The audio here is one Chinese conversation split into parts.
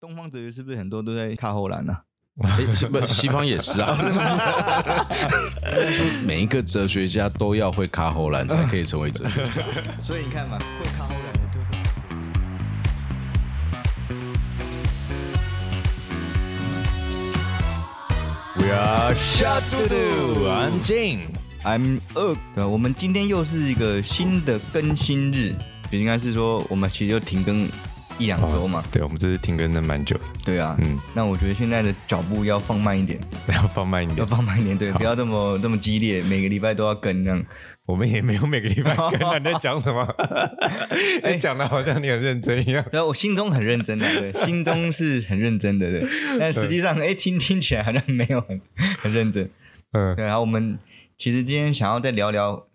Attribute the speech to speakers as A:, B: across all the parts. A: 东方哲学是不是很多都在踏后栏呢、啊
B: 哎
C: 诶是不，西方也是啊。应该说每一个哲学家都要会卡喉兰才可以成为哲学家。
A: 所以你看嘛，会踏后栏的就是。
D: We are shut to do，安静。
A: I'm 二，对吧，我们今天又是一个新的更新日，也应该是说我们其实就停更一两周嘛，
D: 对，我们这次停更了蛮久，
A: 对啊，
D: 嗯，
A: 那我觉得现在的脚步要放慢一点，
D: 要放慢一
A: 要
D: 点。
A: 放慢一点，对，不要这么这么激烈，每个礼拜都要更这样。
D: 我们也没有每个礼拜更啊，你在讲 什么？
A: 哎
D: 你讲的好像你很认真一样。
A: 然后我心中很认真的，啊 对，心中是很认真的，对，但实际上，哎，听听起来好像没有很很认真。
D: 嗯，
A: 对，然后我们其实今天想要再聊聊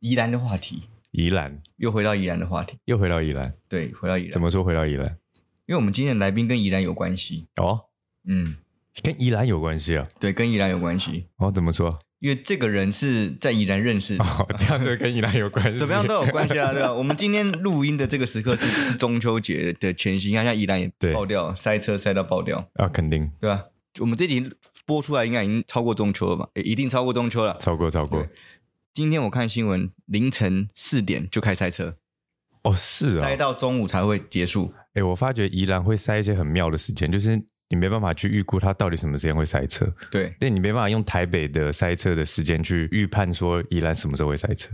A: 宜兰的话题，
D: 宜兰
A: 又回到宜兰的话题，
D: 又回到宜兰，
A: 对，回到宜兰，
D: 怎么说回到宜兰？
A: 因为我们今天的来宾跟宜兰有关系，
D: 哦，
A: 嗯，
D: 跟宜兰有关系啊？
A: 对，跟宜兰有关系，
D: 哦，怎么说？
A: 因为这个人是在宜兰认识的。
D: 哦，这样就跟宜兰有关系。
A: 怎么样？都有关系啊，对吧、我们今天录音的这个时刻是是中秋节的前夕，你看像宜兰也
D: 对
A: 爆掉，塞车塞到爆掉，
D: 啊，肯定
A: 对吧、我们这集播出来应该已经超过中秋了吧？也一定超过中秋了。
D: 超过超过
A: 对。今天我看新闻，凌晨四点就开塞车，
D: 哦，是啊、
A: 塞
D: 哦。
A: 到中午才会结束。
D: 哎、我发觉宜兰会塞一些很妙的时间，就是你没办法去预估它到底什么时间会塞车，
A: 对，
D: 对你没办法用台北的塞车的时间去预判说宜兰什么时候会塞车。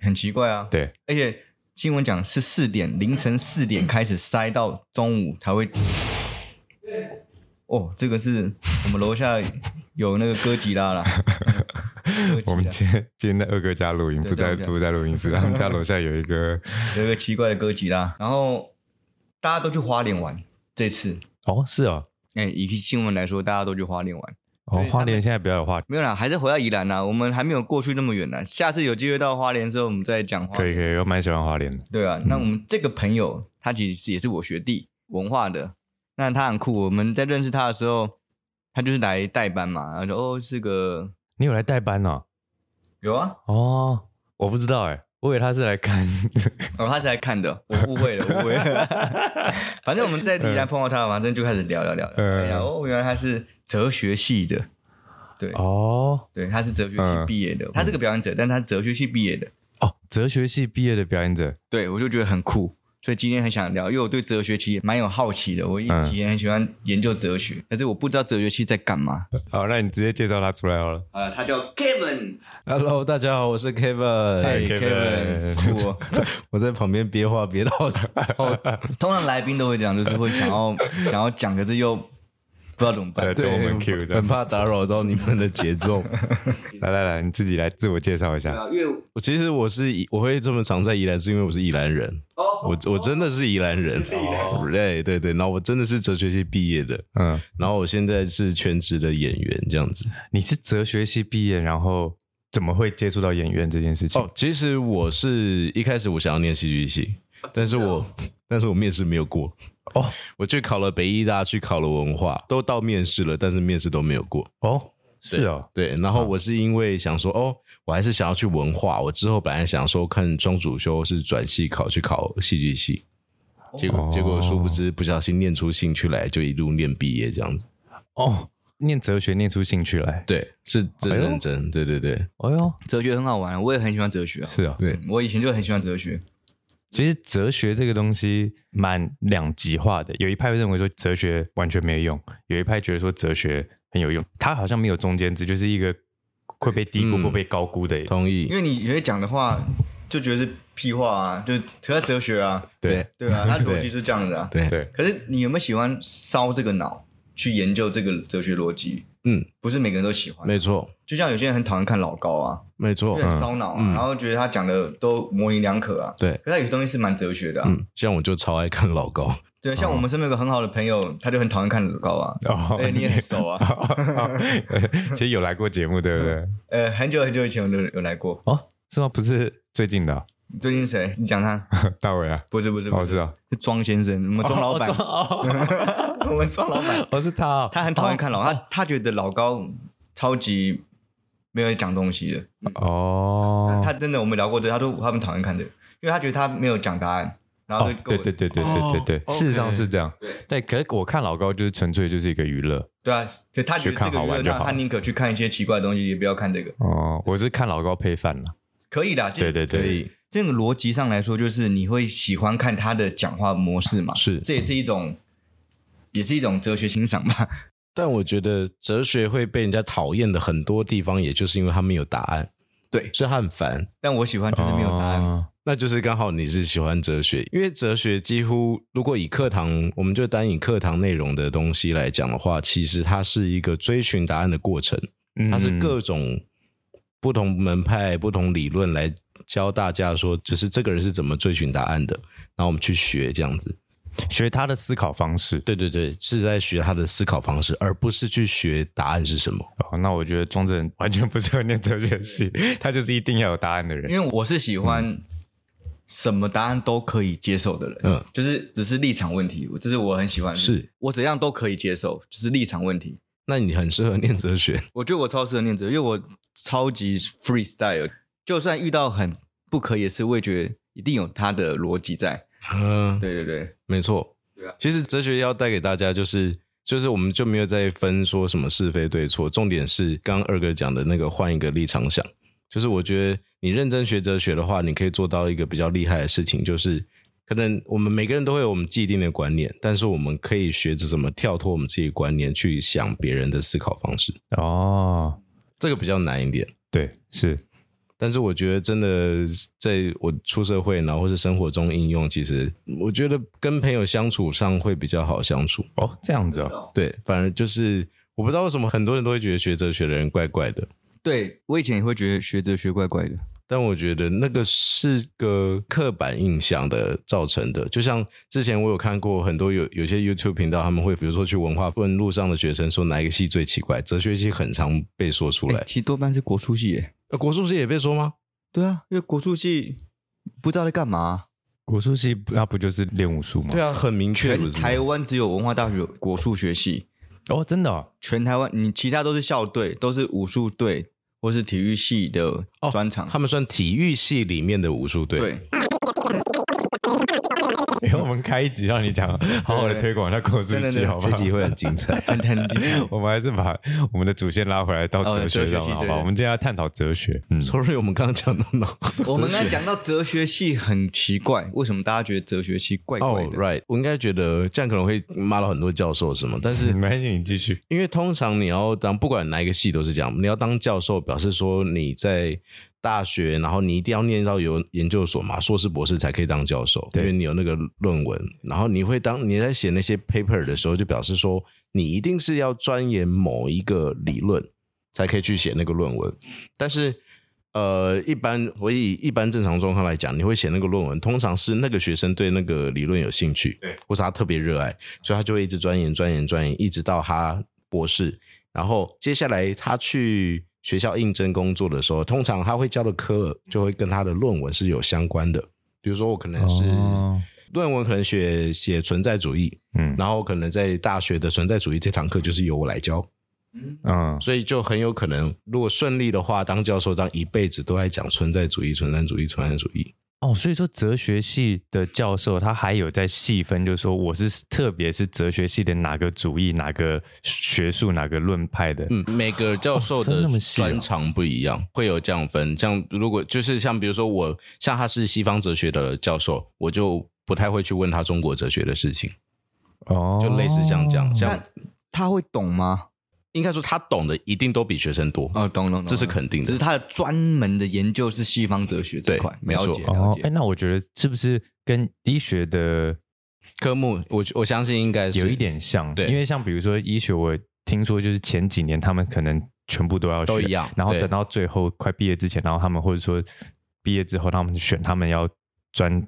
A: 很奇怪啊。
D: 对，
A: 而且新闻讲是四点，凌晨四点开始塞到中午才会。哦，这个是我们楼下有那个哥吉拉啦。哥吉拉
D: 我们今天 今天在二哥家录音，
A: 对
D: 不在
A: 在二哥家
D: 不在录 音室，他们家楼下有一 个
A: 有一个奇怪的哥吉拉，然后大家都去花莲玩。这次，
D: 哦，是哦，
A: 哎、以新闻来说，大家都去花莲玩。
D: 哦，
A: 对
D: 花莲现在比较有话题，
A: 没有啦，还是回到宜兰啦。我们还没有过去那么远啦。下次有机会到花莲之后，我们再讲花
D: 可以可以，我蛮喜欢花莲的。
A: 对啊，那我们这个朋友他其实也是我学弟，文化的，那他很酷。我们在认识他的时候，他就是来代班嘛，然后说哦是个
D: 你有来代班哦？
A: 有啊，
D: 哦，我不知道哎，我以为他是来看，
A: 哦他是来看的，我误 会了， 误会了。反正我们在宜兰碰到他，反正就开始聊聊聊，
D: 嗯
A: 然后哦原来他是哲学系的，对。
D: 哦
A: 对，他是哲学系
D: 嗯
A: 毕业的，他是个表演者，但他哲学系毕业的，
D: 哦，哲学系毕业的表演者，
A: 对我就觉得很酷，所以今天很想聊，因为我对哲学其实也蛮有好奇的，我一直
D: 嗯
A: 也很喜欢研究哲学，但是我不知道哲学系在干嘛，
D: 好，那你直接介绍他出来好了。
A: 呃，他叫 Kevin，
B: Hello，大家好，我是 Kevin。
A: 哎
D: Kevin
A: 酷哦。
B: 我在旁边憋话憋到，
A: 通常来宾都会这样，就是会想要想要讲，可是又不知道怎么办
D: 呃。
B: 对，
D: 等我们
B: 很
D: cue 的
B: 很怕打扰到你们的节奏。
D: 来来来，你自己来自我介绍一
A: 对
D: 下。
A: 啊，因为
B: 我其实我是宜我会这么常在宜兰，是因为我是宜兰人，
A: 哦，
B: 我我真的是宜兰人。
D: 哦
B: 对对对，然后我真的是哲学系毕业的，
D: 嗯，
B: 然后我现在是全职的演员这样子。
D: 你是哲学系毕业，然后怎么会接触到演员这件事情？
B: 哦，其实我是一开始我想要念戏剧系，
D: 啊
A: 哦
B: 但是我但是我面试没有过。
D: 哦，
B: 我去考了北医大，去考了文化，都到面试了，但是面试都没有过。
D: 哦，是哦，
B: 对，然后我是因为想说，哦，我还是想要去文化。我之后本来想说看双主修是转系考去考戏剧系，结果、
D: 哦
B: 结果殊不知不小心念出兴趣来，就一路念毕业这样子。
D: 哦，念哲学念出兴趣来。
B: 对，是真
D: 哎呦
B: 认真，对对对，
D: 哎呦，
A: 哲学很好玩，我也很喜欢哲学啊。
D: 是哦，
B: 对
A: 我以前就很喜欢哲学，
D: 其实哲学这个东西蛮两极化的，有一派会认为说哲学完全没有用，有一派觉得说哲学很有用，它好像没有中间值，就是一个会被低估、
B: 嗯
D: 会被高估的。
B: 同意。
A: 因为你有些讲的话就觉得是屁话啊，就扯哲学啊，
B: 对
A: 对啊，他逻辑是这样的啊。
B: 对
D: 对，
A: 可是你有没有喜欢烧这个脑去研究这个哲学逻辑？
B: 嗯，
A: 不是每个人都喜欢。
B: 没嗯错，
A: 就像有些人很讨厌看老高啊，
B: 没错
A: 就，很烧脑啊，然后觉得他讲的都模棱两可啊。
B: 对，
A: 可他有些东西是蛮哲学的、啊。
B: 嗯，这样我就超爱看老高。
A: 对，像我们身边有个很好的朋友，他就很讨厌看老高啊。
D: 哦
A: 哎，你 也很熟啊。
D: 其实有来过节目，对不对？
A: 呃，很久很久以前我都有来过。
D: 哦，是吗？不是最近的哦、
A: 最近谁？你讲他？
D: 大伟啊？
A: 不是不是不
D: 哦，
A: 是，
D: 是啊，
A: 是庄先生，我们庄老板
D: 哦，哦
A: 我们庄老板，
D: 哦，是他哦，
A: 他很讨厌看老高，他他觉得老高超级没有讲东西的。
D: 哦，
A: 他真的，我们聊过这个，他说他们讨厌看这个，因为他觉得他没有讲答案，然后
D: 哦
A: 就，够
D: 对
A: 了
D: 对对对对对对，
C: OK
D: 事实上是这样。
A: 哦对
D: 但可是我看老高就是纯粹就是一个娱乐
A: 对啊，对他觉得
D: 去看
A: 这个
D: 好玩
A: 娱乐
D: 就
A: 他
D: 好
A: 他宁可去看一些奇怪的东西，也不要看这个。
D: 哦，我是看老高配饭了。
A: 可以的，
D: 对对对，
A: 这个逻辑上来说，就是你会喜欢看他的讲话模式嘛？
C: 是
A: 这也是一种，也是一种哲学欣赏吧。
C: 但我觉得哲学会被人家讨厌的很多地方，也就是因为他没有答案，
A: 对
C: 所以他很烦。
A: 但我喜欢就是没有答案。
D: 哦
C: 那就是刚好你是喜欢哲学，因为哲学几乎如果以课堂，我们就单以课堂内容的东西来讲的话，其实它是一个追寻答案的过程，
D: 嗯
C: 它是各种不同门派、不同理论来教大家说，就是这个人是怎么追寻答案的，然后我们去学这样子。
D: 学他的思考方式。
C: 对对对，是在学他的思考方式，而不是去学答案是什么。
D: 哦，那我觉得庄正完全不适合念哲学系，他就是一定要有答案的人。
A: 因为我是喜欢什么答案都可以接受的人，
C: 嗯
A: 就是只是立场问题，这是我很喜欢的，
C: 是
A: 我怎样都可以接受，只是立场问题。
C: 那你很适合念哲学，
A: 我觉得我超适合念哲，因为我超级 freestyle，就算遇到很不可以的事，我也觉得一定有它的逻辑在。
C: 嗯，
A: 对对对，
C: 没错
A: 对啊。
C: 其实哲学要带给大家就是，就是我们就没有在分说什么是非对错，重点是刚刚二哥讲的那个换一个立场想，就是我觉得你认真学哲学的话，你可以做到一个比较厉害的事情，就是可能我们每个人都会有我们既定的观念，但是我们可以学着怎么跳脱我们自己的观念去想别人的思考方式，
D: 哦，
C: 这个比较难一点。
D: 对，是
C: 但是我觉得真的，在我出社会然后或是生活中应用，其实我觉得跟朋友相处上会比较好相处。
D: 哦，这样子哦，
C: 对，反而就是我不知道为什么很多人都会觉得学哲学的人怪怪的，
A: 对我以前也会觉得学哲学怪怪的，
C: 但我觉得那个是个刻板印象的造成的。就像之前我有看过很多有有些 YouTube 频道，他们会比如说去文化问路上的学生说哪一个系最奇怪，哲学系很常被说出来
A: 欸。其实多半是国术系耶。
C: 呃国术系也被说吗？
A: 对啊，因为国术系不知道在干嘛、
D: 国术系不那不就是练武术吗？
C: 对啊，很明确。
A: 全台湾只有文化大学有国术学系，
D: 哦，真的哦，
A: 全台湾你其他都是校队，都是武术队或是体育系的
C: 哦
A: 专场。
C: 他们算体育系里面的武术队。
A: 对，
D: 因为我们开一集让你讲，好好的推广一下国术
A: 真
D: 系，
A: 的
D: 好不
C: 这
D: 好？
C: 集会很精彩。
A: 很很厉害
D: 我们还是把我们的主线拉回来到
A: 哦
D: 哲学
A: 哲学
D: 上
A: 系
D: 了，好
A: 对
D: 吧？
A: 对
D: 我们今天要探讨哲学，嗯，
C: Sorry，我们刚刚讲到哪？
A: 我们刚才讲到哲学系很奇怪，为什么大家觉得哲学系怪
C: 哦、
A: 怪的？
C: r i g h t 我应该觉得这样可能会骂到很多教授什么，但是
D: 没关系，你继续。
C: 因为通常你要当不管哪一个系都是这样，你要当教授，表示说你在大学，然后你一定要念到有研究所嘛，硕士博士才可以当教授，因
D: 对
C: 为你有那个论文，然后你会当你在写那些 paper 的时候，就表示说你一定是要钻研某一个理论才可以去写那个论文，但是。呃，一般我以一般正常状况来讲，你会写那个论文，通常是那个学生对那个理论有兴趣，
D: 对，
C: 或是他特别热爱，所以他就会一直钻研、钻研、钻研，一直到他博士。然后接下来他去学校应征工作的时候，通常他会教的科就会跟他的论文是有相关的。比如说，我可能是、
D: 哦
C: 论文可能写写存在主义，
D: 嗯
C: 然后可能在大学的存在主义这堂课就是由我来教，
D: 嗯，
C: 所以就很有可能，如果顺利的话，当教授当一辈子都在讲存在主义、存在主义、存在主义。
D: 哦，所以说哲学系的教授他还有在细分，就是说我是特别是哲学系的哪个主义、哪个学术、哪个论派的，
C: 嗯，每个教授
D: 哦分
C: 的
D: 那么细哦
C: 专长不一样，会有这样分。像如果就是像比如说我，像他是西方哲学的教授，我就不太会去问他中国哲学的事情，
D: 哦，
C: 就类似像这样。像
A: 那他会懂吗？
C: 应该说他懂的一定都比学生多，
A: 哦，懂懂懂，
C: 这是肯定
A: 只是
C: 的。
A: 他的专门的研究是西方哲学这
C: 对
A: 块，
C: 没
A: 了
C: 错
A: 解了
D: 哦，哎，
A: 解。
D: 那我觉得是不是跟医学的
C: 科目我我相信应该是
D: 有一点像？
C: 对
D: 因为像比如说医学，我听说就是前几年他们可能全部都要学
C: 都一样
D: 然后
C: 对
D: 等到最后快毕业之前，然后他们或者说毕业之后，他们选他们要专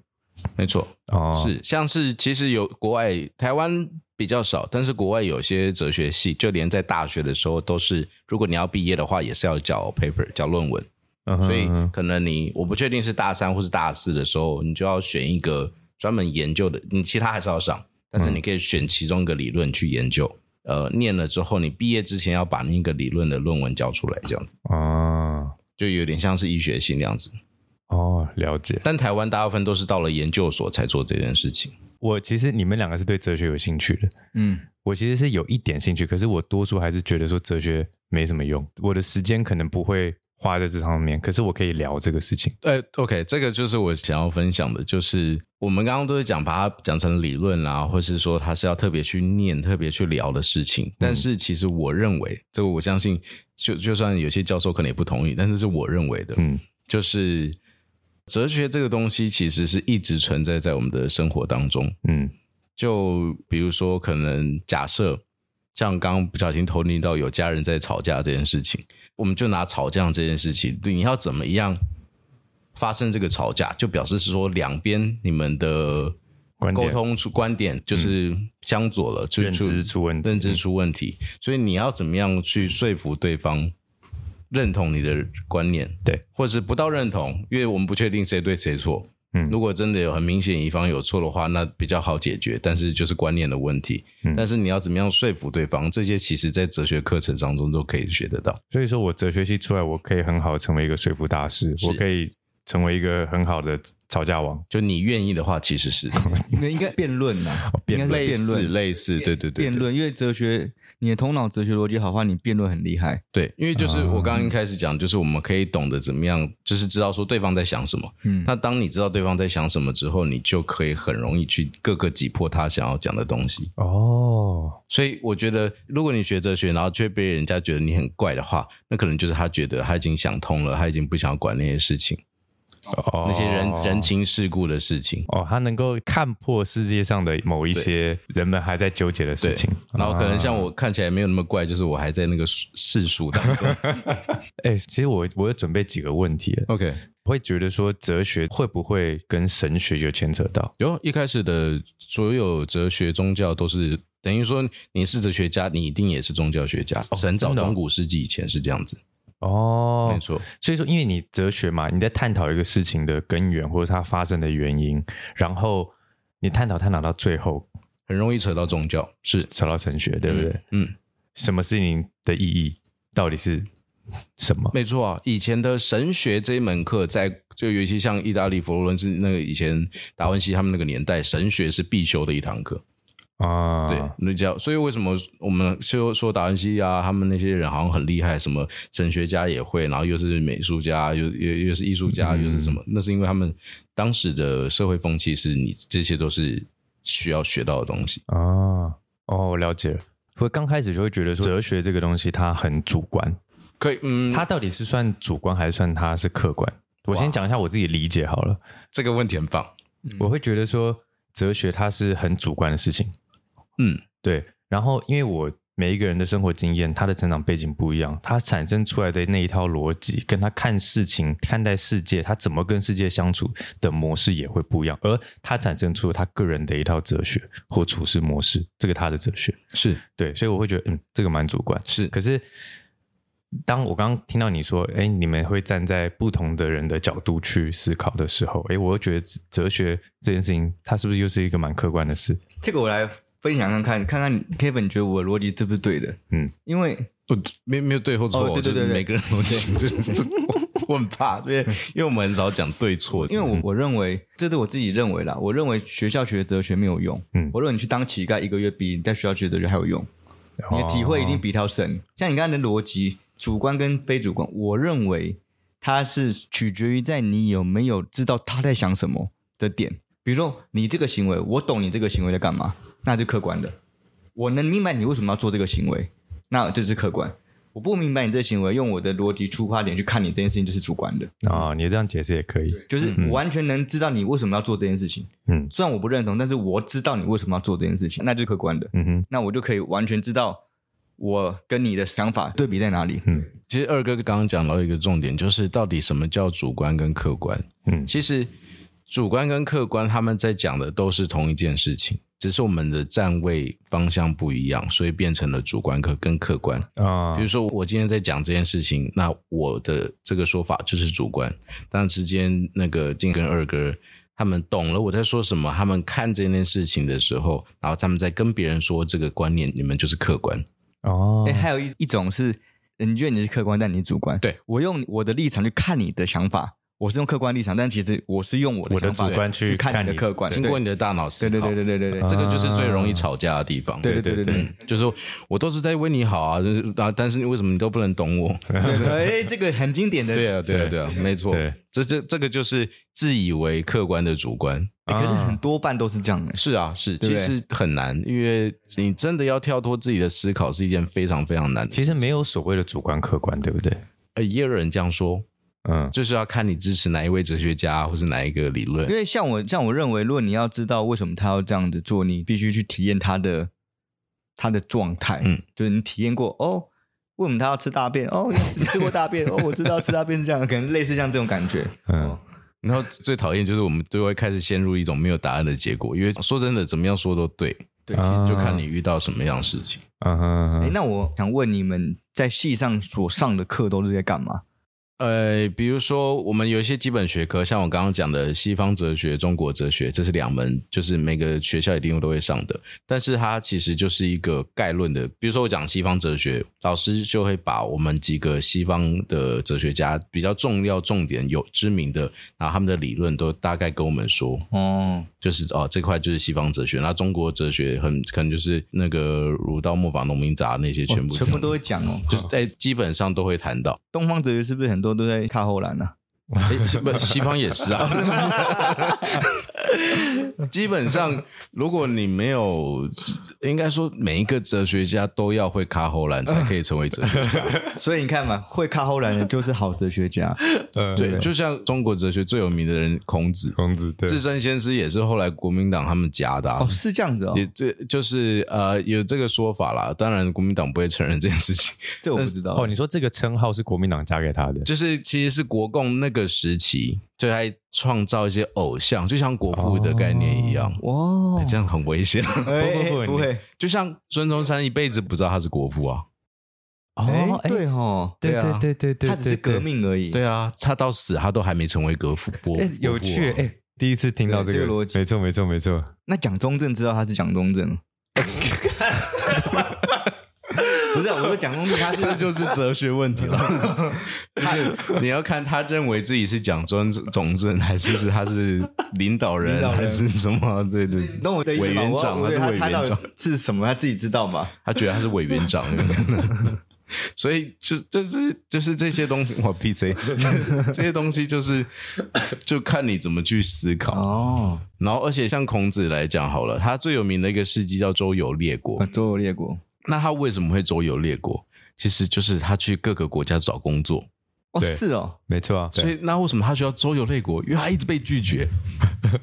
C: 没错。
D: 哦，
C: 是，像是其实有国外台湾比较少，但是国外有些哲学系，就连在大学的时候都是，如果你要毕业的话，也是要交 paper 交论文，
D: 嗯哼
C: 所以
D: 嗯哼
C: 可能你我不确定是大三或是大四的时候，你就要选一个专门研究的，你其他还是要上，但
D: 嗯
C: 是你可以选其中一个理论去研究。呃，念了之后，你毕业之前要把那个理论的论文交出来，这样子
D: 哦。
C: 就有点像是医学系那样子。
D: 哦，了解。
C: 但台湾大部分都是到了研究所才做这件事情。
D: 我其实你们两个是对哲学有兴趣的，
A: 嗯，
D: 我其实是有一点兴趣，可是我多数还是觉得说哲学没什么用，我的时间可能不会花在这上面，可是我可以聊这个事情。
C: 呃，OK，这个就是我想要分享的，就是我们刚刚都是讲把它讲成理论啦、或是说它是要特别去念、特别去聊的事情。但是其实我认为，这个我相信，就就算有些教授可能也不同意，但是是我认为的，
D: 嗯，
C: 就是哲学这个东西其实是一直存在在我们的生活当中。
D: 嗯
C: 就比如说，可能假设像刚刚不小心投递到有家人在吵架这件事情，我们就拿吵架这件事情，对，你要怎么样发生这个吵架，就表示是说两边你们的
D: 观点嗯
C: 沟通出观点就是相左了，就
D: 认知出问题
C: 认知出问题，所以你要怎么样去说服对方认同你的观念，
D: 对，
C: 或者是不到认同，因为我们不确定谁对谁错。
D: 嗯
C: 如果真的有很明显一方有错的话，那比较好解决，但是就是观念的问题。
D: 嗯
C: 但是你要怎么样说服对方，这些其实在哲学课程当中都可以学得到。
D: 所以说我哲学系出来，我可以很好地成为一个说服大师，我可以成为一个很好的吵架王。
C: 就你愿意的话，其实是
A: 你们应该辩论呐，
C: 哦
A: 应该是
C: 类
A: 辩
C: 似
A: 论，
C: 类似，对对对，对
A: 辩论，因为哲学，你的头脑哲学逻辑好的话，你辩论很厉害。
C: 对，因为就是我
D: 啊
C: 刚刚一开始讲，就是我们可以懂得怎么样，就是知道说对方在想什么。
A: 嗯，
C: 那当你知道对方在想什么之后，你就可以很容易去各个击破他想要讲的东西。
D: 哦，
C: 所以我觉得，如果你学哲学，然后却被人家觉得你很怪的话，那可能就是他觉得他已经想通了，他已经不想要管那些事情，
D: 哦
C: 那些人人情世故的事情。
D: 哦，他能够看破世界上的某一些人们还在纠结的事
C: 对
D: 情。，
C: 然后可能像
D: 啊，
C: 我看起来没有那么怪，就是我还在那个世俗当 中。
D: 哎、其实我我有准备几个问题了，
C: OK，
D: 会觉得说哲学会不会跟神学有牵扯到？
C: 有一开始的所有哲学宗教都是等于说你是哲学家，你一定也是宗教学家。很早
D: 真的哦
C: 中古世纪以前是这样子，
D: 哦
C: 没，错。
D: 所以说，因为你哲学嘛，你在探讨一个事情的根源或者它发生的原因，然后你探讨探讨到最后，
C: 很容易扯到宗教，是
D: 扯到神学，对不对？？
C: 嗯，嗯
D: 什么事情的意义到底是什么？
C: 没错啊。以前的神学这一门课在，就尤其像意大利佛罗伦斯那个以前达文西他们那个年代，神学是必修的一堂课。
D: 啊，
C: 对，那叫所以为什么我们就说达文西啊，他们那些人好像很厉害，什么神学家也会，然后又是美术家，又又又是艺术家，又是什么？那是因为他们当时的社会风气是你这些都是需要学到的东西。
D: 啊，哦，了解了。我刚开始就会觉得说，哲学这个东西它很主观，
C: 可以，嗯，
D: 它到底是算主观还是算它是客观？我先讲一下我自己理解好了，
C: 这个问题很棒，
D: 我会觉得说，哲学它是很主观的事情，
C: 嗯，
D: 对。然后，因为我每一个人的生活经验，他的成长背景不一样，他产生出来的那一套逻辑，跟他看事情、看待世界，他怎么跟世界相处的模式也会不一样，而他产生出了他个人的一套哲学或处事模式，这个他的哲学。
C: 是
D: 对，所以我会觉得，嗯，这个蛮主观。
C: 是
D: 可是，当我刚刚听到你说，哎，你们会站在不同的人的角度去思考的时候，哎，我又觉得哲哲学这件事情，它是不是又是一个蛮客观的事？
A: 这个我来分享看看，看看你 Kevin 你觉得我的逻辑是不是对的？
D: 嗯，
A: 因为
C: 不，没没有对或错，
A: 哦对对对
C: 就是
A: 对
C: 每个人都行，就是这我我很怕，因为因为我们很少讲对 错，
A: 因为我我认为这是我自己认为啦，我认为学校学哲学没有用。
D: 嗯
A: 我认为你去当乞丐一个月比你在学校学哲学还有用，你的体会已经比他深。像你刚才的逻辑，主观跟非主观，我认为它是取决于在你有没有知道他在想什么的点。比如说你这个行为，我懂你这个行为在干嘛，那就客观的。我能明白你为什么要做这个行为，那这是客观。我不明白你这个行为，用我的逻辑出发点去看你这件事情，就是主观的。
D: 啊、你这样解释也可以。
A: 就是我完全能知道你为什么要做这件事情。
D: 嗯
A: 虽然我不认同，但是我知道你为什么要做这件事情，那就是客观的。
D: 嗯哼，
A: 那我就可以完全知道我跟你的想法对比在哪里。
C: 其实二哥刚刚讲到一个重点，就是到底什么叫主观跟客观？
D: 嗯
C: 其实主观跟客观他们在讲的都是同一件事情，只是我们的站位方向不一样，所以变成了主观客跟客观。
D: 啊
C: 比如说，我今天在讲这件事情，那我的这个说法就是主观。但之间那个静跟二哥他们懂了我在说什么，他们看这件事情的时候，然后他们在跟别人说这个观念，你们就是客观。
D: 哦
A: 哎、还有一一种是，你觉得你是客观，但你是主观。
C: 对
A: 我用我的立场去看你的想法，我是用客观立场，但其实我是用我的
D: 我的
A: 想法
D: 主观去
A: 去看
D: 看
A: 你的
D: 你
A: 客观，
C: 经过你的大脑思
A: 对
C: 考，
A: 对对对对对对
D: 啊
A: 对
C: 这个就是最容易吵架的地方。
A: 对对对对对
C: 嗯，就是我都是在为你好啊，就是啊，但是你为什么你都不能 懂我？
A: 对对，哎，这个很经典的，
C: 对啊，对啊，对啊，没错
D: 对，
C: 这这这个就是自以为客观的主观。
A: 哎可是很多半都是这样的，
C: 是啊，是，
A: 对
C: 其
A: 不对
C: 实很难，因为你真的要跳脱自己的思考是一件非常非常难的。
D: 其实没有所谓的主观客观，对不对？
C: 呃，也有人这样说，
D: 嗯，
C: 就是要看你支持哪一位哲学家啊或是哪一个理论
A: 因。为像我像我认为，如果你要知道为什么他要这样子做，你必须去体验他的他的状态，
C: 嗯
A: 就是你体验过哦。为什么他要吃大便？哦，你吃吃过大便？哦，我知道吃大便是这样，可能类似像这种感觉。
D: 嗯，
C: 然后最讨厌就是我们都会开始陷入一种没有答案的结果，因为说真的，怎么样说都对，
A: 对，
D: 啊
C: 就看你遇到什么样的事情。
D: 嗯哼
A: 哎、
D: 哼，
A: 那我想问你们，在系上所上的课都是在干嘛？
C: 呃，比如说我们有一些基本学科，像我刚刚讲的西方哲学、中国哲学，这是两门，就是每个学校一定都会上的。但是它其实就是一个概论的，比如说我讲西方哲学，老师就会把我们几个西方的哲学家比较重要、重点有知名的，然后他们的理论都大概跟我们说。
A: 哦，
C: 就是哦，这块就是西方哲学，那中国哲学很可能就是那个儒道、墨法、农民杂那些全部、
A: 全部都会讲哦。
C: 就是在基本上都会谈到。
A: 东方哲学是不是很多都在看后栏啊呢、
C: 诶西不，哎西方也是啊。 基本上，如果你没有，应该说每一个哲学家都要会卡喉兰才可以成为哲学 家。
A: 所以你看嘛，会看后栏的就是好哲学家。
C: 对，就像中国哲学最有名的人孔子，
D: 孔子对
C: 至圣先师也是后来国民党他们夹的啊、
A: 哦，是这样子哦，
C: 也这就是呃有这个说法啦，当然国民党不会承认这件事情，
A: 这我不知道。
D: 哦，你说这个称号是国民党加给他的，
C: 就是其实是国共那个时期就还创造一些偶像，就像国父的概念一样，
A: 哦
C: 诶，这样很危险。
A: 哎
D: 不不不
A: 不会，
C: 就像孙中山一辈子不知道他是国父啊，
A: 哎
D: 哦，，哎
A: 对哦，
D: 对
C: 对啊
D: 对对对对，
A: 他只是
D: 对
A: 革。命而已。
C: 对啊，他到死他都还没成为国父。国
D: 对哎，有趣，哎，第一次听到
A: 对
D: 这
A: 这个
D: 个
A: 逻辑
D: 没错没错没错，
A: 那蒋中正知道他是蒋中正吗。 不是啊、我说蒋中正他
C: 这
A: 是
C: 就是哲学问 题了。就是你要看他认为自己是蒋中总正，还是是他是领导人，
A: 领导人
C: 还是什么？对对，
A: 你懂我的意思吗
C: 委员长
A: 我
C: 还
A: 我
C: 是
A: 他
C: 委
A: 他
C: 员
A: 到
C: 长？
A: 底是什么？他自己知道吧？
C: 他觉得他是委 员长。所以，就就是就是这些东西，我 P C，这些东西就是就看你怎么去思考。
A: 哦，
C: 然后，而且像孔子来讲好了，他最有名的一个事迹叫周游列国。
A: 哦啊周游列国。
C: 那他为什么会周游列国？其实就是他去各个国家找工作。
A: 哦，
D: 对
A: 是哦，
D: 没错啊，
C: 所以，那为什么他需要周游列国？因为他一直被拒绝。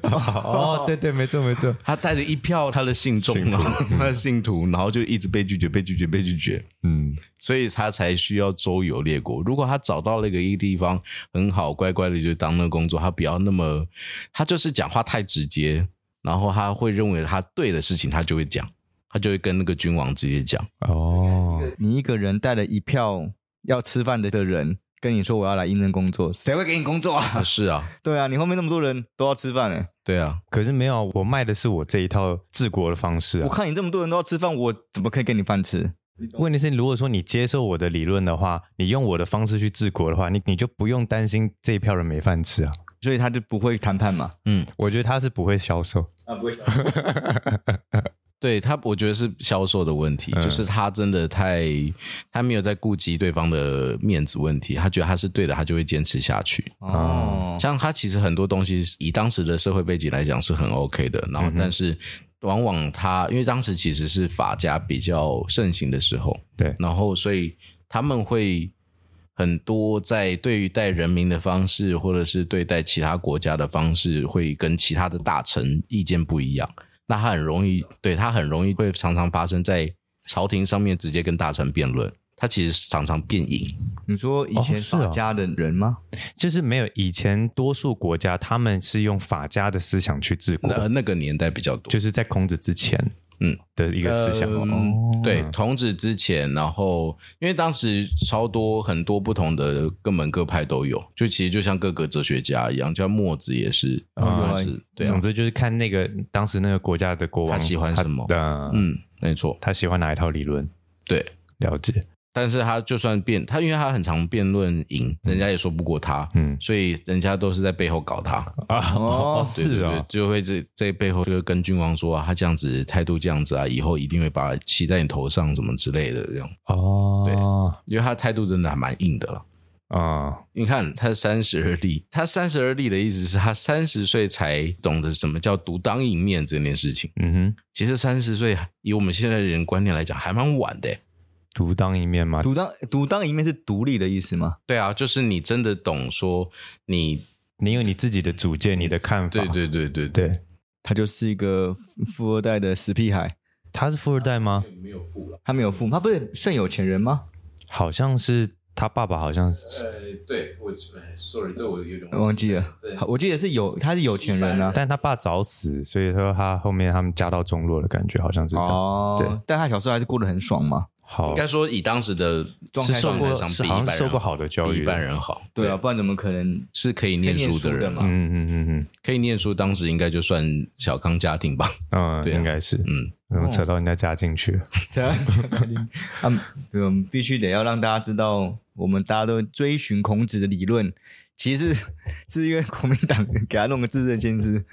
D: 哦，对对，没错没错，
C: 他带着一票他的信众，然后 他的信徒，然后就一直被拒绝，被拒绝，被拒绝。
D: 嗯，
C: 所以他才需要周游列国。如果他找到了一个一个地方很好，乖乖的就当那个工作，他不要那么，他就是讲话太直接，然后他会认为他对的事情，他就会讲，他就会跟那个君王直接讲。
D: 哦，
A: 你一个人带了一票要吃饭的的人，跟你说我要来应征工作，谁会给你工作啊
C: 啊，？是啊，
A: 对啊，你后面那么多人都要吃饭哎、
C: 对啊，
D: 可是没有，我卖的是我这一套治国的方式
A: 我
D: 啊。
A: 看你这么多人都要吃饭，我怎么可以给你饭吃？
D: 问题是，如果说你接受我的理论的话，你用我的方式去治国的话，你你就不用担心这一票人没饭吃啊。
A: 所以他就不会谈判嘛。
D: 我觉得他是不会销售，
A: 啊，不会。
C: 对他，我觉得是销售的问题，就是他真的太，他没有在顾及对方的面子问题，他觉得他是对的，他就会坚持下去。
A: 哦，
C: 像他其实很多东西是以当时的社会背景来讲是很 OK 的，然后但是往往他因为当时其实是法家比较盛行的时候，
D: 对
C: 然后所以他们会很多在对待人民的方式，或者是对待其他国家的方式，会跟其他的大臣意见不一样。那他很容易，对他很容易会常常发生在朝廷上面直接跟大臣辩论，他其实常常辩赢。
A: 你说以前
D: 哦是哦
A: 法家的人吗？
D: 就是没有以前多数国家他们是用法家的思想去治国，
C: 那那个年代比较多，
D: 就是在孔子之前，
C: 嗯
D: 的一个思想。哦
C: 嗯，对，童子之前，然后因为当时超多很多不同的各门各派都有，就其实就像各个哲学家一样，就像墨子也是，
D: 啊
C: 他是对啊
D: 总，之就是看那个当时那个国家的国
C: 他
D: 王
C: 喜欢什么
D: 的，
C: 嗯，没错，
D: 他喜欢哪一套理论，
C: 对。
D: 了解。
C: 但是他就算辩他，因为他很常辩论赢，人家也说不过他，
D: 嗯
C: 所以人家都是在背后搞他。
D: 啊，
A: 哦
D: 哦，
C: 对
D: 是
C: 对对
D: 啊，
C: 就会这在背后就会跟君王说、啊，他这样子态度这样子啊，以后一定会把骑在你头上什么之类的这样，
D: 哦，
C: 因为他态度真的还蛮硬的了。
D: 对，啊，
C: 你看他三十而立，他三十而立的意思是他三十岁才懂得什么叫独当一面这件事情。
D: 嗯哼，
C: 其实三十岁以我们现在的人观念来讲，还蛮晚的欸。
D: 独当一面嘛，
A: 独当独当一面是独立的意思吗？
C: 对啊，就是你真的懂说你，
D: 你有你自己的主见，你的看法，
C: 对对对对对，
D: 对，
A: 他就是一个富富二代的死屁孩，
D: 他是富二代吗？
A: 他没有父母，他不是算有钱人吗？
D: 好像是他爸爸，好像是，
C: 呃，对我，sorry，这哎我有点
A: 忘记了
C: 对，
A: 我记得是有，他是有钱人啊。
D: 但他爸早死，所以说他后面他们家道中落的感觉，好像是这样。
A: 哦
D: 对，
A: 但他小时候还是过得很爽嘛。
D: 好
C: 应，该说以当时的
A: 状
D: 是
A: 态
D: 受
A: 上
D: 过
C: 状态上
D: 是
C: 比一
D: 好
C: 般
D: 像
C: 人
D: 受过好的教
C: 比
D: 育
C: 一
D: 的，
C: 般人好，
A: 对啊，不然怎么可 能？
C: 是可以念书的人
A: 可以念书的
C: 嘛
A: 嘛，
D: 嗯嗯嗯
C: 可以念书，当时应该就算小康家庭吧。
D: 嗯嗯，
C: 对啊
D: 应该是，
C: 嗯，
D: 怎么扯到人家家进去了？
A: 这样他们我们必须得要让大家知道，我们大家都追寻孔子的理论，其实是是因为国民党给他弄个自治先师，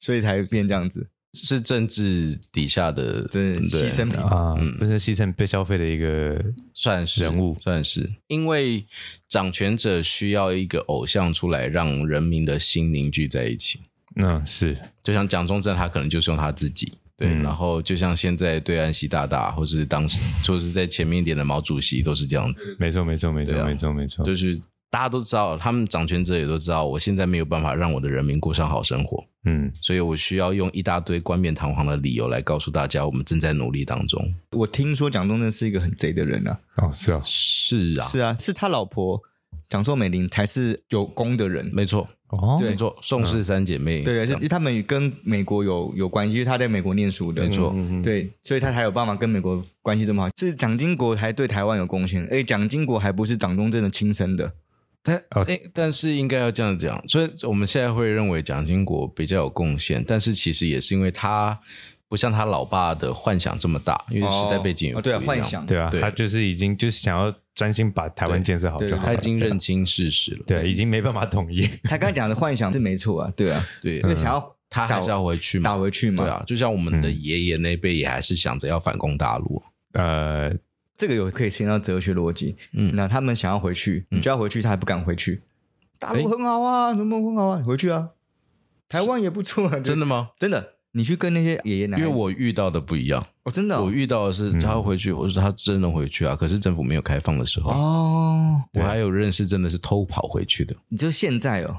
A: 所以才变这样子，
C: 是政治底下的
A: 真的牺牲品。
D: 啊，
C: 嗯
D: 不是牺牲被消费的一个
C: 算是
D: 人物，
C: 算是，因为掌权者需要一个偶像出来，让人民的心凝聚在一起。
D: 嗯，是
C: 就像蒋中正，他可能就是用他自己。对，
D: 嗯
C: 然后就像现在对岸习大大，或是当时就是在前面一点的毛主席，都是这样子，
D: 没错，没错，没
C: 对
D: 错，
C: 啊
D: 没错，没错。
C: 就是大家都知道，他们掌权者也都知道，我现在没有办法让我的人民过上好生活，
D: 嗯，
C: 所以我需要用一大堆冠冕堂皇的理由来告诉大家，我们正在努力当中。
A: 我听说蒋中正是一个很贼的人啊，
D: 哦，是啊，
C: 是啊，
A: 是啊，是他老婆蒋宋美龄才是有功的人，
C: 没错，
D: 哦，
A: 对
C: 没错，宋氏三姐妹，
A: 嗯对对，是因为他们跟美国有有关系，因为他在美国念书的，
C: 没错，
D: 嗯，
A: 对，所以他才有办法跟美国关系这么好。是蒋经国还对台湾有贡献，而且蒋经国还不是蒋中正的亲生的，
C: 但哎、
D: 哦
C: 诶但是应该要这样讲，所以我们现在会认为蒋经国比较有贡献，但是其实也是因为他不像他老爸的幻想这么大，因为时代背景也
A: 哦
C: 不
A: 对啊，
C: 一样
A: 幻，想，
D: 对啊，
C: 对
D: 他就是已经就是想要专心把台湾建设好
A: 对
D: 就好
C: 他已
D: 了，
C: 经认清事实了，
D: 对，已经没办法 统一。
A: 他刚才讲的幻想是没错啊，对啊，
C: 对，
A: 因为想要
C: 他还是要回去嘛，
A: 打回去嘛，
C: 对啊，就像我们的爷爷那辈也还是想着要反攻大陆，
A: 嗯
D: 呃，
A: 这个有可以牵到哲学逻辑。
C: 嗯
A: 那他们想要回去，你就要回去，他还不敢回去。大陆
C: 诶
A: 很好啊，什么很好啊，回去啊。台湾也不错啊，
C: 真的吗？
A: 真的。你去跟那些爷爷奶
C: 因
A: 奶，
C: 为我遇到的不一样，
A: 哦，真的哦
C: 我遇到的是他要回去，我说他真的回去啊，可是政府没有开放的时候，
A: 嗯哦，
C: 我还有认识真的是偷跑回去的。
A: 你就现在哦，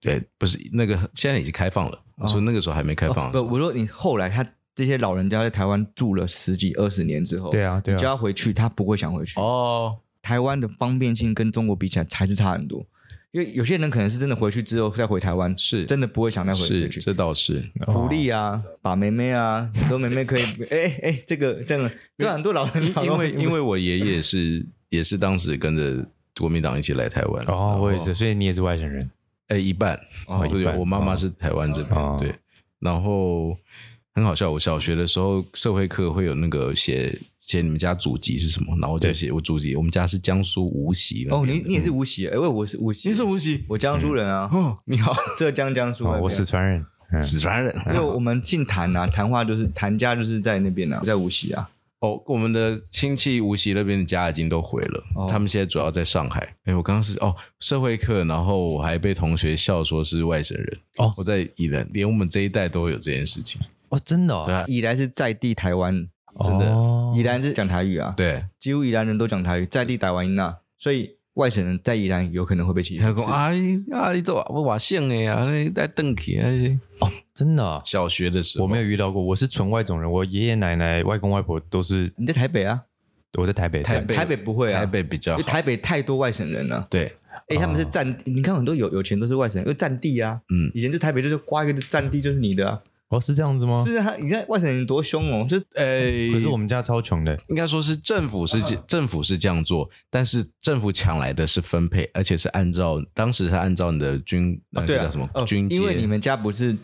C: 对，不是那个，现在已经开放了。我说那个时候还没开放
A: 哦
C: 的时
A: 不，
C: 候，
A: 我说你后来他这些老人家在台湾住了十几二十年之后，
D: 对啊，对
A: 你就
D: 啊，
A: 要回去，他不会想回去。
C: 哦，
A: 台湾的方便性跟中国比起来还是差很多，因为有些人可能是真的回去之后再回台湾，
C: 是
A: 真的不会想再回
C: 是
A: 回去。
C: 这倒是，
A: 福利啊，把妹妹啊，很多妹妹 可以，哎哎，这个这个，对啊很多老人
C: 因因为因为我爷爷是也是当时跟着国民党一起来台湾，然
D: 哦，
C: 后
D: 我也是，所以你也是外省人
C: 哎一半，
D: 哦
C: 对
D: 一半
C: 我妈妈是台湾这
D: 哦
C: 边对，然后很好笑，我小学的时候社会课会有那个写写你们家祖籍是什么，然后我就
D: 对
C: 写我祖籍，我们家是江苏无锡那
A: 哦，
C: 边
A: 你
C: 的
A: 你也是无锡，哎，喂我是无锡，
C: 你是无锡
A: 我江苏人啊，
C: 哦，你好，
A: 浙江江苏那
C: 啊
D: 哦，
A: 边，
D: 我四川人，嗯，
C: 四川人
A: 因为我们姓谭啊，谭话就是谭家就是在那边啊，在无锡啊，
C: 哦，我们的亲戚无锡那边的家已经都回了，
A: 哦
C: 他们现在主要在上海。哎，我刚刚是哦社会课，然后我还被同学笑说是外省人。
D: 哦
C: 我在宜兰，连我们这一代都有这件事情。
D: 哦，真的，
C: 对
D: 哦，
C: 啊，
A: 宜兰是在地台湾，
C: 真的
D: 哦
A: 宜兰是讲台语啊，
C: 对，
A: 几乎宜兰人都讲台语，在地台湾音啊，所以外省人在宜兰有可能会被歧视
C: 他。说啊你啊，你做啊我瓦县的呀，那带邓去啊。那
D: 真的哦，
C: 小学的时候，
D: 我没有遇到过，我是纯外种人，我爷爷奶奶、外公外婆都是
A: 你在台北啊？
D: 我在台北，
C: 台北
A: 台北不会啊，
C: 台北哦比较
A: 因为
C: 好。
A: 台北太多外省人了。
C: 对，
A: 哎、他们是占地，你看很多有有钱都是外省人，因为占地啊。
C: 嗯，
A: 以前就台北就是刮一个占地就是你的啊。
D: 哦，是这样子吗？
A: 是啊，你看外省人多凶哦，就是啊
C: 诶，
D: 可是我们家超穷的，
C: 哎应该说是政府是这政府是这样做，但是政府抢来的是分配，而且是按照当时是按照你的军那
A: 对
C: 个
A: 啊
C: 叫什么
A: 哦
C: 军阶，
A: 因为你们家不是，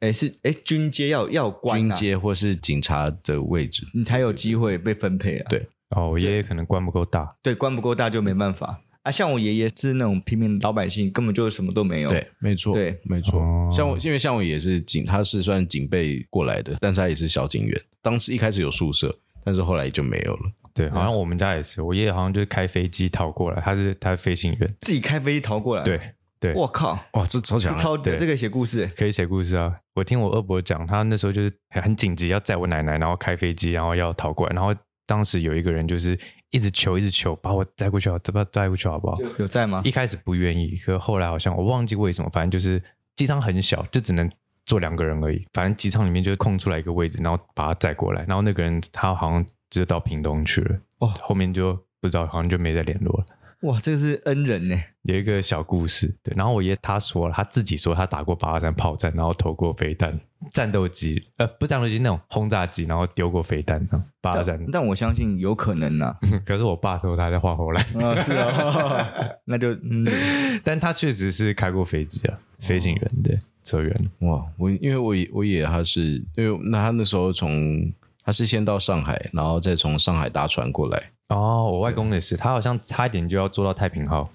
A: 哎、是哎、军阶要要有官、
C: 军
A: 啊，
C: 阶或是警察的位置。
A: 你才有机会被分配啊。
C: 对，
D: 哦，我爷爷可能官不够大，
A: 对，官不够大就没办法啊。像我爷爷是那种平民老百姓，根本就什么都没有。
C: 对，没错，
A: 对
C: 没错。
D: 哦
C: 像我，因为像我也是警，他是算警备过来的，但是他也是小警员。当时一开始有宿舍，但是后来就没有了。
D: 对，好像我们家也是，我爷爷好像就是开飞机逃过来，他是他是飞行员，
C: 嗯
A: 自己开飞机逃过来。，
D: 对对，
A: 我靠，
C: 哇，这超
A: 这
C: 强啊！
A: 超
D: 对
A: 这个写故事，
D: 可以写故事啊！我听我二伯讲，他那时候就是很很紧急要载我奶奶，然后开飞机，然后要逃过来，然后当时有一个人就是一直求，一直求，把我载过去好，把我载过去好不好？
A: 有在吗
D: 一？开始不愿意，可后来好像我忘记为什么，反正就是机舱很小，就只能坐两个人而已。反正机舱里面就是空出来一个位置，然后把他载过来，然后那个人他好像就到屏东去了，
A: 哇
D: 后面就不知道，好像就没再联络了。
A: 哇，这个是恩人呢。
D: 有一个小故事，对，然后我爷他说了，他自己说他打过八二三炮战，然后投过飞弹，战斗机，呃，不是战斗机那种轰炸机，然后丢过飞弹，嗯这样八二三
A: 但。但我相信有可能呐。
D: 可是我爸说他在画后来，
A: 啊，是啊，那就嗯，
D: 但他确实是开过飞机啊，飞行员对，车员，
C: 哇，我因为我也我也他是因为那他那时候从他是先到上海，然后再从上海搭船过来。
D: 哦，我外公也是，他好像差一点就要做到太平号，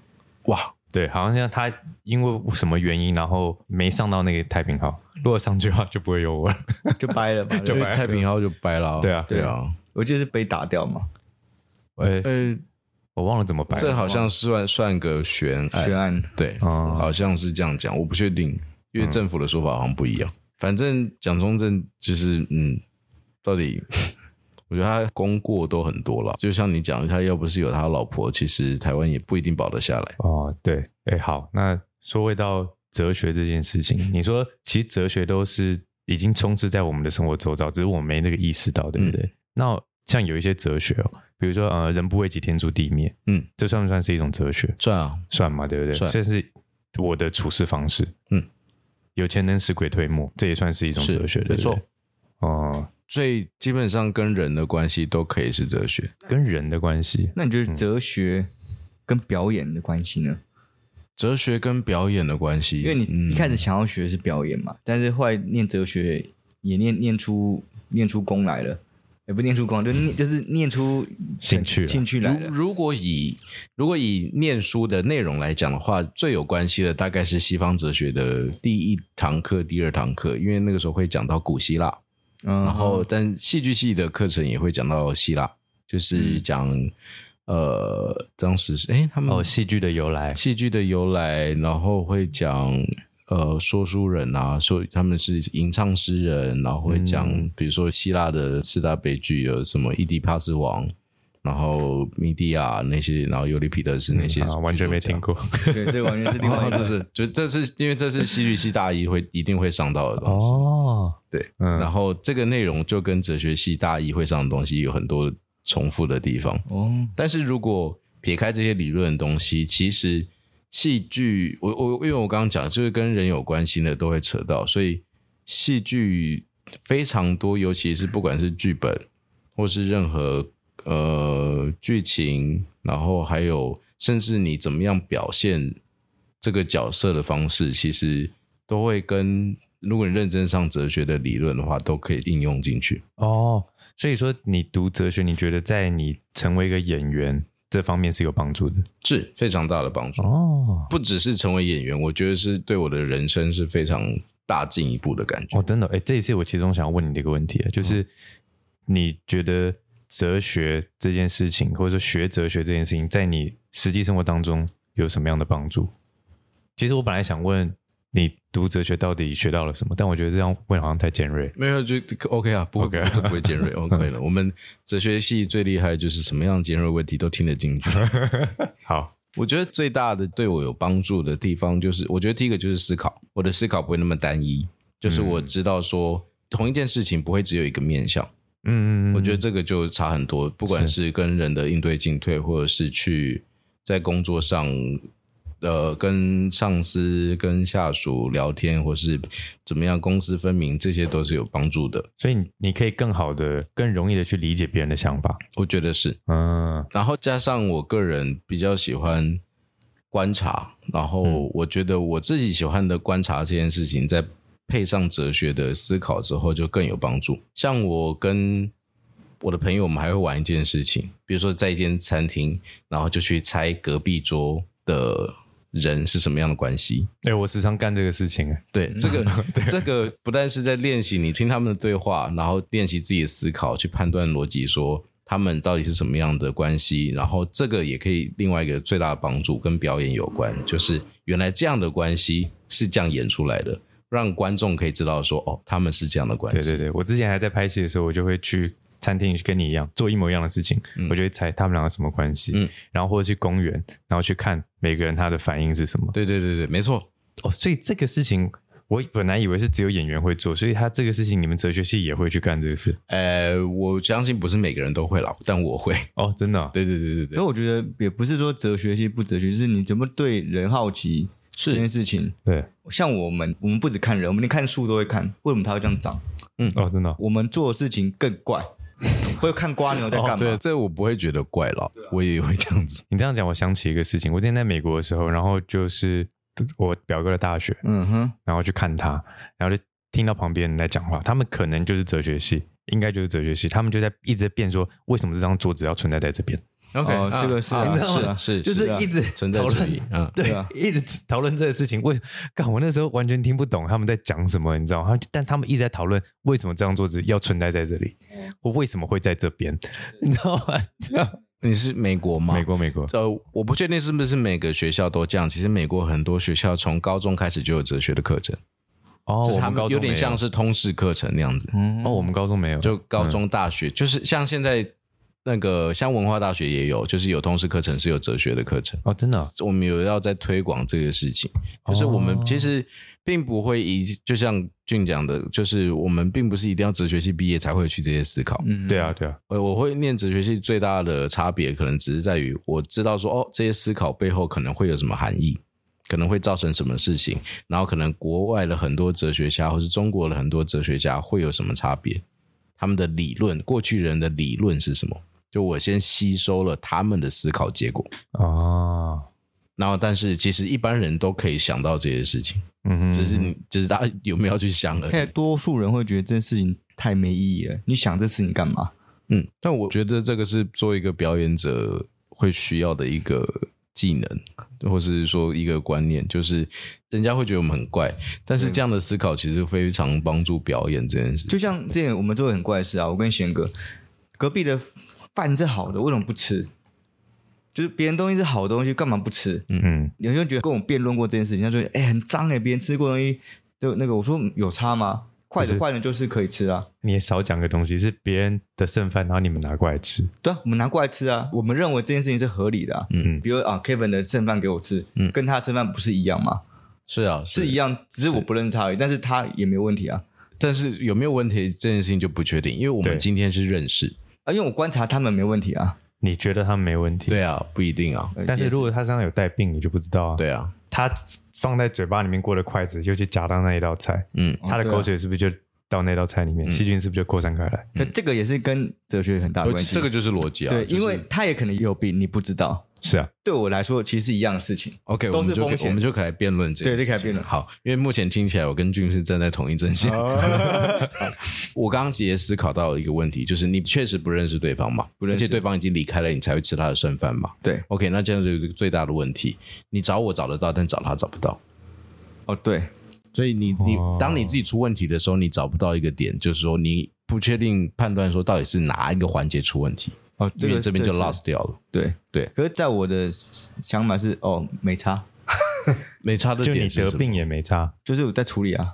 C: 哇，
D: 对，好像现在他因为什么原因，然后没上到那个太平号，如果上去的话就不会有我了。
A: 就掰了吧。
D: 就
C: 因为
D: 掰了
C: 太平号就掰了、
D: 对啊
C: 对啊。
A: 我就是被打掉嘛，
D: 呃，
C: 呃，
D: 我忘了怎么摆
C: 这好像算算个悬案
A: 悬，案。
C: 对，
D: 哦
C: 好像是这样讲，我不确定，因为政府的说法好像不一样。反正蒋中正就是，嗯，到底 我觉得他功过都很多了。就像你讲，他要不是有他老婆，其实台湾也不一定保得下来。
D: 哦，对，哎，好，那说回到哲学这件事情，你说其实哲学都是已经充斥在我们的生活周遭，只是我们没那个意识到，对不
C: 嗯
D: 对？那像有一些哲学哦，比如说呃，人不为己，天诛地灭，
C: 嗯，
D: 这算不算是一种哲学？
C: 算啊，
D: 算嘛，对不对？
C: 算
D: 这是我的处事方式，
C: 嗯，
D: 有钱能使鬼推磨，这也算是一种
C: 是
D: 哲学，对
C: 没
D: 不
C: 错
D: 对。哦，
C: 最基本上跟人的关系都可以是哲学。
D: 跟人的关系，
A: 那你觉得哲学跟表演的关系呢？
C: 哲学跟表演的关系，嗯
A: 因为你一开
C: 始、
A: 始想要学的是表演嘛，但是后来念哲学也念念出念出功来了，也不念出功，就念就是念出
D: 兴趣了
A: 兴趣来
C: 如
A: 了。
C: 如果以如果以念书的内容来讲的话，最有关系的大概是西方哲学的第一堂课、第二堂课，因为那个时候会讲到古希腊，
A: 嗯
C: 然后但戏剧系的课程也会讲到希腊，就是
A: 嗯
C: 讲、呃当时是哎他们
D: 哦，戏剧的由来，
C: 戏剧的由来，然后会讲呃说书人啊，说他们是吟唱诗人，然后会讲、比如说希腊的四大悲剧有什么《伊迪帕斯王》，然后《米蒂亚》那些，然后《尤利皮德斯》那些、
D: 啊，完全没 听。过。
A: 对，这完全是另外一
C: 哦，
A: 个
C: 不是，就这是因为这是戏剧系大一会一定会上到的东西，
D: 哦，
C: 对，
D: 嗯
C: 然后这个内容就跟哲学系大一会上的东西有很多重复的地方，
A: 哦，
C: 但是如果撇开这些理论的东西，其实戏剧，我我因为我刚刚讲，就是跟人有关系的都会扯到，所以戏剧非常多，尤其是不管是剧本或是任何呃剧情，然后还有甚至你怎么样表现这个角色的方式，其实都会跟如果你认真上哲学的理论的话，都可以应用进去。
D: 哦，所以说你读哲学，你觉得在你成为一个演员这方面是有帮助的
C: 是非常大的帮助。
D: 哦。
C: 不只是成为演员，我觉得是对我的人生是非常大进一步的感觉。
D: 哦，真的，哎，这一次我其中想要问你的一个问题，啊就是你觉得哲学这件事情，或者说学哲学这件事情，在你实际生活当中有什么样的帮助？其实我本来想问你读哲学到底学到了什么，但我觉得这样问好像太尖锐。
C: 没有就 OK 啊，不会
D: OK
C: 就不会尖 锐，OK 了。我们哲学系最厉害就是什么样尖锐问题都听得 进去。
D: 好，
C: 我觉得最大的对我有帮助的地方就是，我觉得第一个就是思考，我的思考不会那么单一，就是我知道说同一件事情不会只有一个面向。
D: 嗯，
C: 我觉得这个就差很多，不管是跟人的应对进退，或者是去在工作上，呃，跟上司、跟下属聊天，或是怎么样公私分明，这些都是有帮助的。
D: 所以你你可以更好的、更容易的去理解别人的想法。
C: 我觉得是。
D: 嗯，
C: 然后加上我个人比较喜欢观察，然后我觉得我自己喜欢的观察这件事情，再配上哲学的思考之后，就更有帮助。像我跟我的朋友们还会玩一件事情，比如说在一间餐厅，然后就去猜隔壁桌的人是什么样的关系。
D: 哎、我时常干这个事情，哎
C: 对，这个这个不但是在练习你听他们的对话，然后练习自己的思考，去判断逻辑，说他们到底是什么样的关系。然后这个也可以另外一个最大的帮助跟表演有关，就是原来这样的关系是这样演出来的，让观众可以知道说哦，他们是这样的关
D: 对
C: 系。
D: 对对，我之前还在拍戏的时候，我就会去餐厅去跟你一样做一模一样的事情，我就会猜他们两个什么关系，
C: 嗯
D: 然后或者去公园，然后去看每个人他的反应是什么。
C: 对对对对，没错。
D: 哦，所以这个事情我本来以为是只有演员会做，所以他这个事情你们哲学系也会去干这个事。
C: 呃，我相信不是每个人都会啦，但我会。
D: 哦，真的哦、
C: 对对对对
A: 可是
C: 对，
A: 我觉得也不是说哲学系不哲学，就是你怎么对人好奇这件事情。
D: 对，
A: 像我们，我们不只看人，我们连看树都会看，为什么它会这样长？
D: 哦，真的哦、
A: 我们做的事情更怪， 会看瓜牛在干嘛？
C: 哦对，这我不会觉得怪啦，我也会这样子。
D: 你这样讲，我想起一个事情。我之前在美国的时候，然后就是我表哥的大学，
A: 嗯哼，
D: 然后去看他，然后就听到旁边人在讲话，他们可能就是哲学系，应该就是哲学系，他们就在一直在辩说为什么这张桌子要存在在这边，
C: OK，、
A: 哦
C: 啊
A: 这个是
C: 啊
A: 啊
C: 是
A: 是啊
C: 是
D: 就是
C: 啊
D: 一直
C: 存在
D: 讨
C: 主
D: 论
C: 义，嗯，
D: 对
A: 对啊
D: 一直讨论这个事情。为干我那时候完全听不懂他们在讲什么，你知道吗？但他们一直在讨论为什么这张桌子要存在在这里，或为什么会在这边，你知道吗？
C: 你是美国吗？
D: 美。国，美国，
C: 呃，我不确定是不是每个学校都这样。其实美国很多学校从高中开始就有哲学的课程，
D: 哦，
C: 就是
D: 我
C: 他
D: 们
C: 们
D: 高中
C: 有点像是通识课程那样子。
D: 没有，哦，我们高中没有，
C: 就高中、大学，就是像现在那个像文化大学也有，就是有通识课程是有哲学的课程。
D: 哦，真的哦、
C: 我们有要在推广这个事情，就是我们
D: 哦
C: 其实并不会一，就像俊讲的，就是我们并不是一定要哲学系毕业才会去这些思考。
A: 嗯，
D: 对啊，对啊，
C: 呃，我会念哲学系最大的差别，可能只是在于我知道说，哦，这些思考背后可能会有什么含义，可能会造成什么事情，然后可能国外的很多哲学家，或是中国的很多哲学家会有什么差别，他们的理论，过去人的理论是什么？就我先吸收了他们的思考结果，
D: 哦，
C: 然后但是其实一般人都可以想到这些事情，
D: 嗯哼，
C: 只是你，只是大家有没有去想而已。
A: 现在多数人会觉得这件事情太没意义了，你想这事情干嘛？
C: 嗯，但我觉得这个是做一个表演者会需要的一个技能，或是说一个观念，就是人家会觉得我们很怪，但是这样的思考其实非常帮助表演这件事。
A: 就像之前我们做的很怪的事啊，我跟贤哥，隔壁的饭是好的，为什么不吃？就是别人东西是好东西，干嘛不吃？
D: 嗯，
A: 有些人觉得跟我辩论过这件事情，他说：“哎、很脏哎、别人吃过东西就那个。”我说：“有差吗？筷子坏了就是可以吃啊，
D: 你也少讲个东西，是别人的剩饭，然后你们拿过来吃，
A: 对啊，我们拿过来吃啊，我们认为这件事情是合理的、啊。”
C: 嗯
A: 比如啊，Kevin 的剩饭给我吃，
C: 嗯
A: 跟他的剩饭不是一样吗？
C: 是啊，
A: 是一。样，只是我不认识他而已，但是他也没有问题啊。
C: 但是有没有问题这件事情就不确定，因为我
D: 对
C: 们今天是认识，
A: 啊，因为我观察他们没问题啊。
D: 你觉得他们没问题？
C: 对啊，不一定啊，
A: 呃
D: 但是
A: 也
D: 如果他身上有带病，你就不知道啊。，
C: 对啊，
D: 他放在嘴巴里面过的筷子，就去夹到那一道菜，
C: 嗯，
A: 哦
D: 他的
A: 对啊
D: 口水是不是就到那道菜里面？细菌是不是就扩散开来？
A: 那这个也是跟哲学有很大的关系。
C: 这个就是逻辑啊，
A: 对，
C: 就是
A: 因为他也可能有病，你不知道。
D: 是啊，
A: 对我来说，其实是一样的事情。
C: OK，
A: 都
C: 我们
A: 是
C: 就
A: 风
C: 可以
A: 险
C: 我们就可以来辩论这
A: 对
C: 个，
A: 就可以来辩论哦
C: 好，因为目前听起来我跟俊是站在同一阵线。 我刚刚直接思考到一个问题，就是你确实不认识对方嘛，
A: 不认识
C: 而且对方已经离开了，你才会吃他的剩饭嘛。
A: 对，
C: OK，那这样就有一个最大的问题，你找我找得到，但找他找不到。
A: 哦，对，
C: 所以你你
D: 哦
C: 当你自己出问题的时候，你找不到一个点，就是说你不确定判断说到底是哪一个环节出问题，
A: 哦，这
C: 因
A: 个
C: 为这边就
A: 个是
C: lost 掉了。
A: 对
C: 对
A: 可是，在我的想法是，哦，没差，
C: 没差的
D: 就你
C: 点是
D: 得
C: 什么
D: 病也没差。
A: 就是我在处理啊。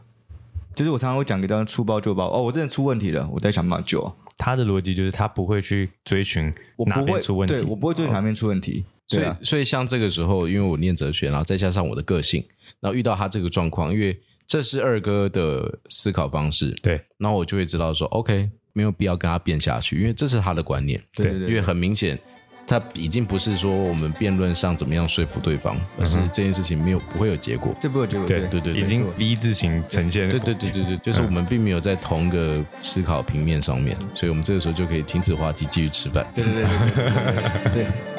A: 就是我常常会讲给大家出包就包，哦，我真的出问题了，我在想办法救啊。
D: 他的逻辑就是他不会去追寻
A: 我
D: 哪
A: 不
D: 边
A: 会
D: 出问题哦
A: 对，我不会追哪边出问题。
C: 所
A: 对
C: 以，
A: 啊，
C: 所以像这个时候，因为我念哲学，然后再加上我的个性，然后遇到他这个状况，因为这是二哥的思考方式，
D: 对，
C: 然后我就会知道说，OK，没有必要跟他辩下去，因为这是他的观念，
A: 对对
C: 因为
A: 对，
C: 很明显，他已经不是说我们辩论上怎么样说服对方，而
A: 嗯
C: 是这件事情没有不会有结果。
A: 这不会有结果。
D: 对
C: 对对对
D: 已经
A: 没错
D: V 字形呈现。
C: 对对对对
A: 嗯
C: 对，就是我们并没有在同个思考平面上面，所以我们这个时候就可以停止话题，继续吃饭。
A: 对对对对对对对对。